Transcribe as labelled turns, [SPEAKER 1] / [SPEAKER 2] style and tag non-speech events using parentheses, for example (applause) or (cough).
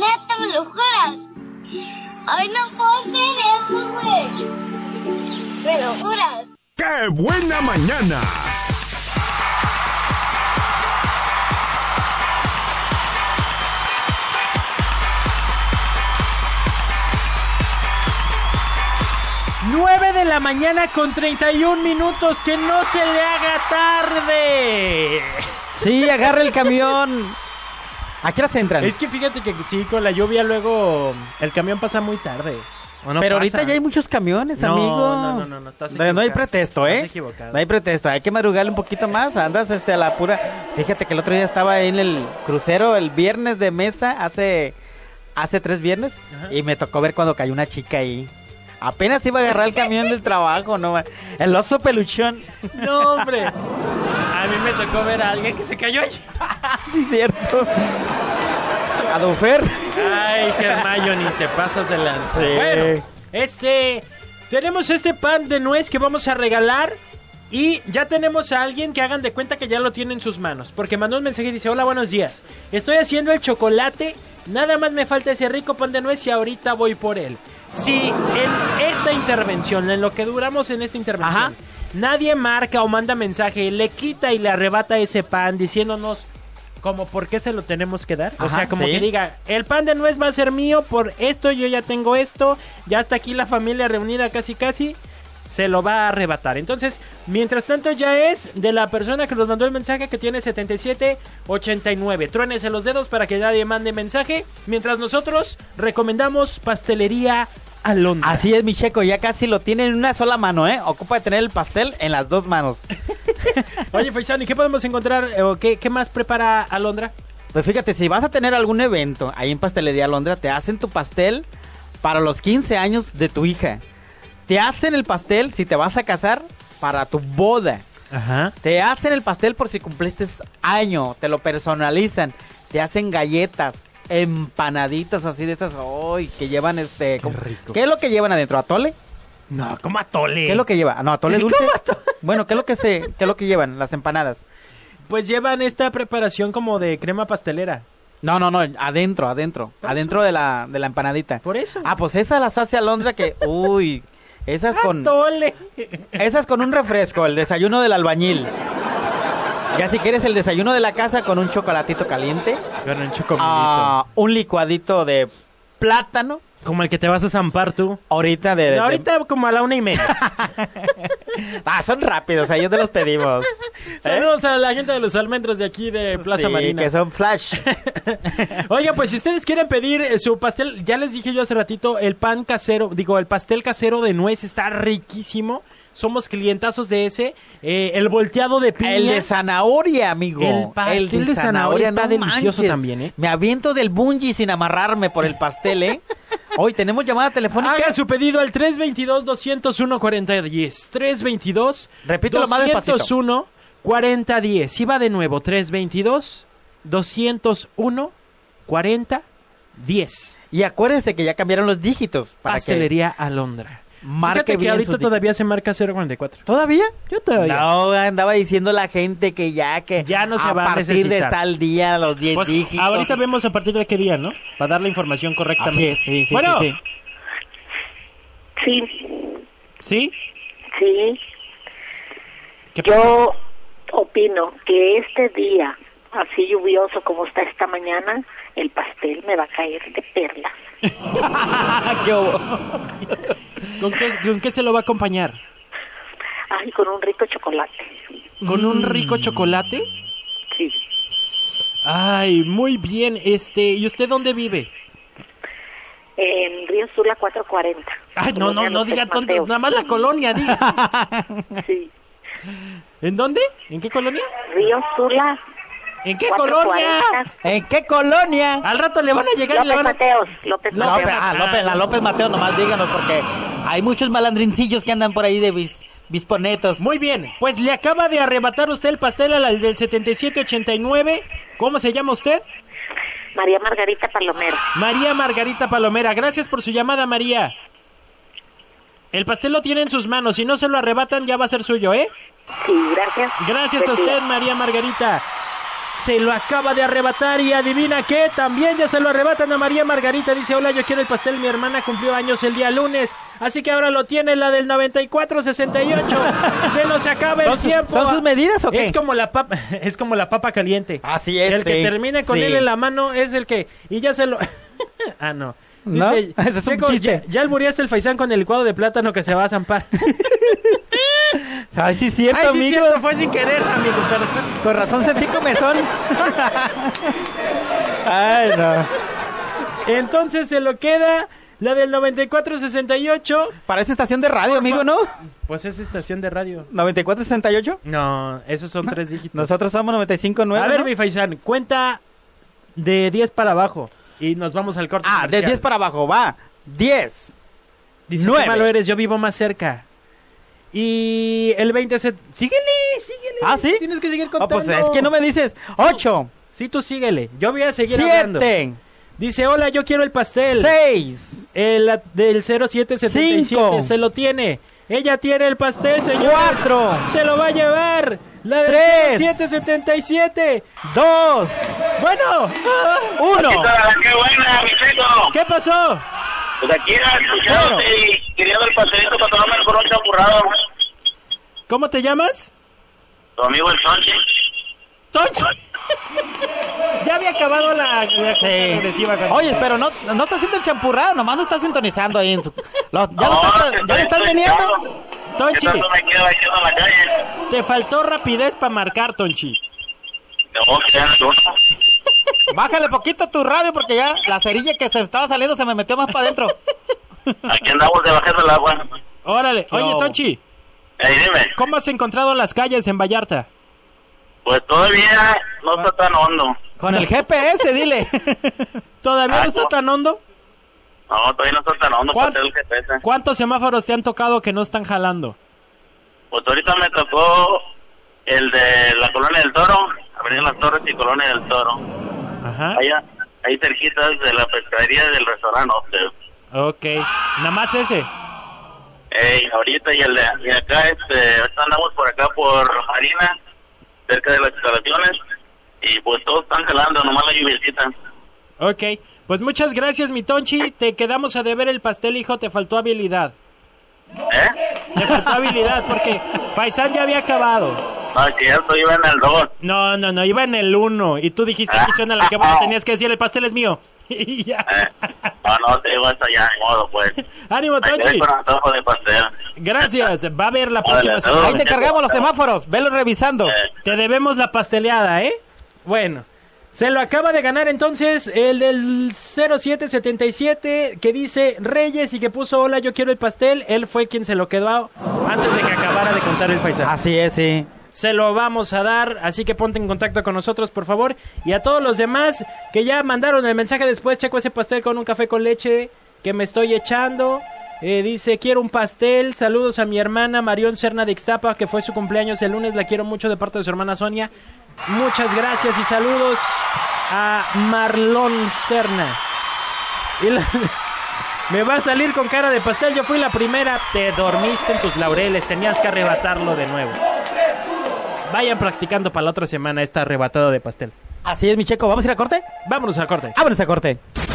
[SPEAKER 1] Neta, me lo juras. Ay, no puedo hacer eso, güey. Me lo juras.
[SPEAKER 2] ¡Qué buena mañana!
[SPEAKER 3] Nueve de la mañana con 31 minutos, que no se le haga tarde.
[SPEAKER 4] Sí, agarra el camión. ¿A qué hora se entran?
[SPEAKER 3] Es que fíjate que sí, con la lluvia luego el camión pasa muy tarde. O no
[SPEAKER 4] Pero
[SPEAKER 3] pasa.
[SPEAKER 4] ahorita ya hay muchos camiones,
[SPEAKER 3] No,
[SPEAKER 4] amigo.
[SPEAKER 3] no, no, no, no, estás
[SPEAKER 4] No hay
[SPEAKER 3] equivocado.
[SPEAKER 4] pretexto, ¿eh?
[SPEAKER 3] Estás equivocado.
[SPEAKER 4] No hay pretexto. Hay que madrugarle un poquito más. Andas este, a la pura. Fíjate que el otro día estaba ahí en el crucero el viernes de mesa, hace, hace tres viernes.
[SPEAKER 3] Ajá.
[SPEAKER 4] Y me tocó ver cuando cayó una chica ahí. Apenas iba a agarrar el camión del trabajo, ¿no? El oso peluchón.
[SPEAKER 3] (laughs)
[SPEAKER 4] (laughs)
[SPEAKER 3] No, hombre. A mí me tocó ver a alguien que se cayó allí.
[SPEAKER 4] sí, cierto. Adofer.
[SPEAKER 3] Ay,
[SPEAKER 4] (laughs)
[SPEAKER 3] Hermione, te pasas de lanza.
[SPEAKER 4] Sí.
[SPEAKER 3] Bueno, este. Tenemos este pan de nuez que vamos a regalar. Y ya tenemos a alguien que hagan de cuenta que ya lo tiene en sus manos. Porque mandó un mensaje y dice: Hola, buenos días. Estoy haciendo el chocolate. Nada más me falta ese rico pan de nuez y ahorita voy por él. Si en esta intervención, en lo que duramos en esta intervención,
[SPEAKER 4] Ajá.
[SPEAKER 3] nadie marca o manda mensaje, le quita y le arrebata ese pan diciéndonos como por qué se lo tenemos que dar. o
[SPEAKER 4] Ajá,
[SPEAKER 3] sea, como
[SPEAKER 4] sí.
[SPEAKER 3] que diga diga, el pan de nuez va a ser mío por esto, yo ya tengo esto, ya está aquí la familia reunida casi casi, se lo va a arrebatar. Entonces, mientras tanto ya es de la persona que nos mandó el mensaje que tiene 7789. Truénese los dedos para que nadie mande mensaje, mientras nosotros recomendamos pastelería Alondra.
[SPEAKER 4] Así es, mi checo. Ya casi lo tiene en una sola mano, ¿eh? Ocupa de tener el pastel en las dos manos.
[SPEAKER 3] Oye, Faisán, ¿y qué podemos encontrar eh, o qué, qué más prepara Alondra?
[SPEAKER 4] Pues fíjate, si vas a tener algún evento ahí en Pastelería Londra, te hacen tu pastel para los 15 años de tu hija. Te hacen el pastel si te vas a casar para tu boda.
[SPEAKER 3] Ajá.
[SPEAKER 4] Te hacen el pastel por si cumpliste año, te lo personalizan, te hacen galletas, empanaditas así de esas, ¡ay! que llevan este, ¿cómo-
[SPEAKER 3] rico.
[SPEAKER 4] ¿qué es lo que llevan adentro? ¿Atole?
[SPEAKER 3] No, como atole.
[SPEAKER 4] ¿Qué es lo que lleva? Ah, No, atole
[SPEAKER 3] (laughs) ¿Cómo
[SPEAKER 4] dulce.
[SPEAKER 3] atole?
[SPEAKER 4] Bueno, ¿qué es lo que se, qué es lo que llevan las empanadas?
[SPEAKER 3] Pues llevan esta preparación como de crema pastelera.
[SPEAKER 4] No, no, no, adentro, adentro, adentro de la, de la empanadita.
[SPEAKER 3] Por eso.
[SPEAKER 4] Ah, pues esas las hace Alondra que, uy, esas con,
[SPEAKER 3] Atole.
[SPEAKER 4] esas con un refresco, el desayuno del albañil. Ya si quieres el desayuno de la casa con un chocolatito caliente,
[SPEAKER 3] Con un
[SPEAKER 4] ah, un licuadito de plátano,
[SPEAKER 3] Como el que te vas a zampar tú.
[SPEAKER 4] ahorita Eh, de, ¿Eh? de-
[SPEAKER 3] Ahorita como a la una y
[SPEAKER 4] (laughs)
[SPEAKER 3] media.
[SPEAKER 4] ah, son rápidos, ahí te los pedimos.
[SPEAKER 3] (laughs)
[SPEAKER 4] ¿Eh?
[SPEAKER 3] Saludos a la gente de los almendros de aquí de Plaza
[SPEAKER 4] Sí,
[SPEAKER 3] Marina.
[SPEAKER 4] que
[SPEAKER 3] (laughs)
[SPEAKER 4] son flash.
[SPEAKER 3] Oiga, pues si ustedes quieren pedir eh, su pastel, ya les dije yo hace ratito, el pan casero, digo, el pastel casero de nuez está riquísimo. Somos clientazos de ese. Eh, el volteado de piña.
[SPEAKER 4] El de zanahoria, amigo.
[SPEAKER 3] El pastel de zanahoria está delicioso también, ¿eh?
[SPEAKER 4] Me aviento del bungee sin amarrarme por el pastel, ¿eh? Hoy tenemos llamada telefónica.
[SPEAKER 3] Haga su pedido al 322-201-4010. 322
[SPEAKER 4] Repítelo más despacito.
[SPEAKER 3] 201 4010. Y va de nuevo. 322 201 4010.
[SPEAKER 4] Y acuérdense que ya cambiaron los dígitos para que
[SPEAKER 3] Pastelería Alondra.
[SPEAKER 4] marque
[SPEAKER 3] Fíjate que
[SPEAKER 4] bien
[SPEAKER 3] ahorita
[SPEAKER 4] sus
[SPEAKER 3] todavía se marca 044.
[SPEAKER 4] dígitos. ¿Todavía?
[SPEAKER 3] Yo todavía.
[SPEAKER 4] No, andaba diciendo la gente que ya que
[SPEAKER 3] Ya no se
[SPEAKER 4] a
[SPEAKER 3] va a
[SPEAKER 4] partir de
[SPEAKER 3] necesitar.
[SPEAKER 4] tal día los 10
[SPEAKER 3] Pues,
[SPEAKER 4] dígitos.
[SPEAKER 3] ahorita vemos a partir de qué día, ¿no? Para dar la información
[SPEAKER 4] Así
[SPEAKER 3] correctamente.
[SPEAKER 4] es, sí, sí,
[SPEAKER 3] bueno,
[SPEAKER 4] sí, sí.
[SPEAKER 1] Sí,
[SPEAKER 3] ¿sí?
[SPEAKER 1] sí.
[SPEAKER 3] ¿Qué pasó?
[SPEAKER 1] Yo opino que este día, así lluvioso como está esta mañana, el pastel me va a caer de perlas.
[SPEAKER 3] (laughs)
[SPEAKER 4] Qué bobo.
[SPEAKER 3] ¿Con, qué, ¿Con qué se lo va a acompañar?
[SPEAKER 1] Ay, con un rico chocolate.
[SPEAKER 3] ¿Con un rico chocolate?
[SPEAKER 1] Sí.
[SPEAKER 3] Ay, muy bien. Este, ¿y usted dónde vive?
[SPEAKER 1] En Río Sula 440.
[SPEAKER 3] Ay, no, no,
[SPEAKER 1] Colonia
[SPEAKER 3] no
[SPEAKER 1] López
[SPEAKER 3] diga tonto,
[SPEAKER 1] Mateos.
[SPEAKER 3] nada más la colonia, diga.
[SPEAKER 1] Sí.
[SPEAKER 3] (laughs) ¿En dónde? ¿En qué colonia?
[SPEAKER 1] Río Sula.
[SPEAKER 3] ¿En qué
[SPEAKER 1] 440,
[SPEAKER 3] colonia?
[SPEAKER 4] ¿en qué colonia?
[SPEAKER 3] Al rato le van a llegar y le
[SPEAKER 1] López
[SPEAKER 3] van a...
[SPEAKER 1] Mateos. López
[SPEAKER 3] No,
[SPEAKER 1] Mateos.
[SPEAKER 4] López, ah, López, la López Mateo, nomás díganos, porque hay muchos malandrincillos que andan por ahí de bis- bisponetos.
[SPEAKER 3] Muy bien, pues le acaba de arrebatar usted el pastel al del 7789. ¿Cómo se llama usted?
[SPEAKER 1] María Margarita Palomero.
[SPEAKER 3] María Margarita Palomera. Gracias por su llamada, María. El pastel lo tiene en sus manos. Si no se lo arrebatan, ya va a ser suyo, ¿eh?
[SPEAKER 1] Sí, gracias.
[SPEAKER 3] Gracias a
[SPEAKER 1] Buen día.
[SPEAKER 3] usted, María Margarita. Se lo acaba de arrebatar y adivina qué, también ya se lo arrebatan a María Margarita. Dice, hola, yo quiero el pastel, mi hermana cumplió años el día lunes, así que ahora lo tiene la del
[SPEAKER 4] (laughs)
[SPEAKER 3] 94-68. se nos acaba el
[SPEAKER 4] ¿Son sus-
[SPEAKER 3] tiempo. ah,
[SPEAKER 4] son sus medidas o qué?
[SPEAKER 3] Es como la papa, (laughs) es como la papa caliente.
[SPEAKER 4] Así es,
[SPEAKER 3] El que
[SPEAKER 4] sí,
[SPEAKER 3] termine con
[SPEAKER 4] sí.
[SPEAKER 3] él en la mano es el que, y ya se lo... (laughs) ah, no.
[SPEAKER 4] ¿No? (laughs) Ese es un
[SPEAKER 3] "Checo,
[SPEAKER 4] chiste.
[SPEAKER 3] ya, ya albureaste el faisán con el licuado de plátano que se va a
[SPEAKER 4] (laughs)
[SPEAKER 3] zampar. (laughs)
[SPEAKER 4] Ay, sí, es cierto,
[SPEAKER 3] Ay, sí,
[SPEAKER 4] amigo.
[SPEAKER 3] cierto, fue (laughs) sin querer, amigo, perdón.
[SPEAKER 4] Con razón sentí comezón. (laughs) Ay, no.
[SPEAKER 3] Entonces se lo queda la del 9468.
[SPEAKER 4] Parece estación de radio, amigo, ¿no?
[SPEAKER 3] Pues es estación de radio.
[SPEAKER 4] 9468.
[SPEAKER 3] No, esos son tres dígitos.
[SPEAKER 4] Nosotros somos 959.
[SPEAKER 3] A ver,
[SPEAKER 4] ¿no?
[SPEAKER 3] mi Faisán, cuenta de 10 para abajo y nos vamos al corte.
[SPEAKER 4] Ah, de
[SPEAKER 3] comercial.
[SPEAKER 4] 10 para abajo, va. 10.
[SPEAKER 3] Dice, qué
[SPEAKER 4] nueve.
[SPEAKER 3] malo eres, yo vivo más cerca. Y el 20 se... Síguele, síguele.
[SPEAKER 4] ¿Ah, sí?
[SPEAKER 3] Tienes que seguir
[SPEAKER 4] No,
[SPEAKER 3] contando.
[SPEAKER 4] pues es que no me dices 8,
[SPEAKER 3] Sí, tú síguele. Yo voy a seguir hablando.
[SPEAKER 4] 7,
[SPEAKER 3] Dice, hola, yo quiero el pastel.
[SPEAKER 4] 6,
[SPEAKER 3] El a- del 0777
[SPEAKER 4] Cinco.
[SPEAKER 3] se lo tiene. Ella tiene el pastel, señor.
[SPEAKER 4] Cuatro.
[SPEAKER 3] Se lo va a llevar. La del
[SPEAKER 4] Tres.
[SPEAKER 3] 0777.
[SPEAKER 4] 2,
[SPEAKER 3] Bueno, ah,
[SPEAKER 4] 1.
[SPEAKER 5] ¡Qué buena, mi chico!
[SPEAKER 3] ¿qué pasó?
[SPEAKER 5] Pues aquí era escuchándote y quería ver el pastelito para tomarme el por un champurrado.
[SPEAKER 3] ¿Cómo te llamas?
[SPEAKER 5] Tu amigo el Sonche.
[SPEAKER 3] Toch. (laughs) ya había acabado la, la cosa
[SPEAKER 4] Sí.
[SPEAKER 3] regresiva, carnal.
[SPEAKER 4] Oye, pero no, no está haciendo el champurrado, nomás no está sintonizando ahí. En su... Lo- ¿Ya, lo
[SPEAKER 5] No,
[SPEAKER 4] estás,
[SPEAKER 5] te
[SPEAKER 4] ¿Ya lo
[SPEAKER 5] estoy
[SPEAKER 4] estás
[SPEAKER 5] escuchando.
[SPEAKER 4] viniendo?
[SPEAKER 5] Yo
[SPEAKER 3] Tonchi,
[SPEAKER 5] tanto me quedo ahí en la calle.
[SPEAKER 3] te faltó rapidez para marcar, Tonchi.
[SPEAKER 5] Me voy a quedar en el uno.
[SPEAKER 4] Bájale poquito tu radio porque ya la cerilla que se estaba saliendo se me metió más para adentro.
[SPEAKER 5] Aquí andamos debajo del agua.
[SPEAKER 3] Órale. Oye,
[SPEAKER 4] No.
[SPEAKER 3] Tonchi,
[SPEAKER 5] Ey, dime.
[SPEAKER 3] ¿cómo has encontrado las calles en Vallarta?
[SPEAKER 5] Pues todavía no está tan hondo.
[SPEAKER 4] Con el GPS, dile.
[SPEAKER 3] ¿Todavía no
[SPEAKER 5] Ah,
[SPEAKER 3] está
[SPEAKER 5] no.
[SPEAKER 3] tan hondo?
[SPEAKER 5] No, todavía no está tan hondo para
[SPEAKER 3] ¿Cuán-
[SPEAKER 5] hacer el GPS.
[SPEAKER 3] ¿Cuántos semáforos te han tocado que no están jalando?
[SPEAKER 5] Pues ahorita me tocó el de la Colonia del Toro, Avenida Las Torres y Colonia del Toro.
[SPEAKER 3] Ajá.
[SPEAKER 5] Allá, ahí cerquitas de la pescadería del restaurante. Octave.
[SPEAKER 3] Ok, nada más ese.
[SPEAKER 5] Ey, ahorita eh, y, el de, y acá este, ahorita andamos por acá por Marina, cerca de las instalaciones, y pues todos están jalando, nomás la lluviecita.
[SPEAKER 3] Ok, pues muchas gracias, mi Tonchi. Te quedamos a deber el pastel, hijo. Te faltó habilidad.
[SPEAKER 5] ¿Eh?
[SPEAKER 3] Te faltó habilidad porque Faisán ya había acabado.
[SPEAKER 5] No, que ya estoy iba en el 2.
[SPEAKER 3] No, no, no, iba en el uno. Y tú dijiste, misión a la que vos tenías que decir, el pastel es mío. (laughs) Y ya.
[SPEAKER 5] Eh,
[SPEAKER 3] (laughs)
[SPEAKER 5] No, no, te iba hasta allá, ni modo, pues.
[SPEAKER 3] Ánimo,
[SPEAKER 5] Me quedé
[SPEAKER 3] Tonchi.
[SPEAKER 5] con antojo de pastel. (laughs) Eh,
[SPEAKER 3] Gracias. Va a haber la
[SPEAKER 5] Órale,
[SPEAKER 3] próxima
[SPEAKER 5] saludos.
[SPEAKER 3] semana.
[SPEAKER 4] Ahí te cargamos los semáforos, velo revisando.
[SPEAKER 5] Eh,
[SPEAKER 3] Te debemos la pasteleada, ¿eh? Bueno, se lo acaba de ganar entonces el del 0777 que dice Reyes y que puso hola, yo quiero el pastel. Él fue quien se lo quedó antes de que acabara de contar el paisaje.
[SPEAKER 4] Así es, sí.
[SPEAKER 3] Se lo vamos a dar, así que ponte en contacto con nosotros, por favor. Y a todos los demás que ya mandaron el mensaje después, checo ese pastel con un café con leche que me estoy echando. Eh, dice, quiero un pastel, saludos a mi hermana Marión Cerna de Ixtapa, que fue su cumpleaños el lunes, la quiero mucho de parte de su hermana Sonia. Muchas gracias y saludos a Marlon Cerna. Y la- (laughs) Me va a salir con cara de pastel, yo fui la primera, te dormiste en tus laureles, tenías que arrebatarlo de nuevo. Vayan practicando para la otra semana esta arrebatada de pastel.
[SPEAKER 4] Así es, mi checo. ¿Vamos a ir a corte?
[SPEAKER 3] Vámonos al corte.
[SPEAKER 4] Vámonos a corte.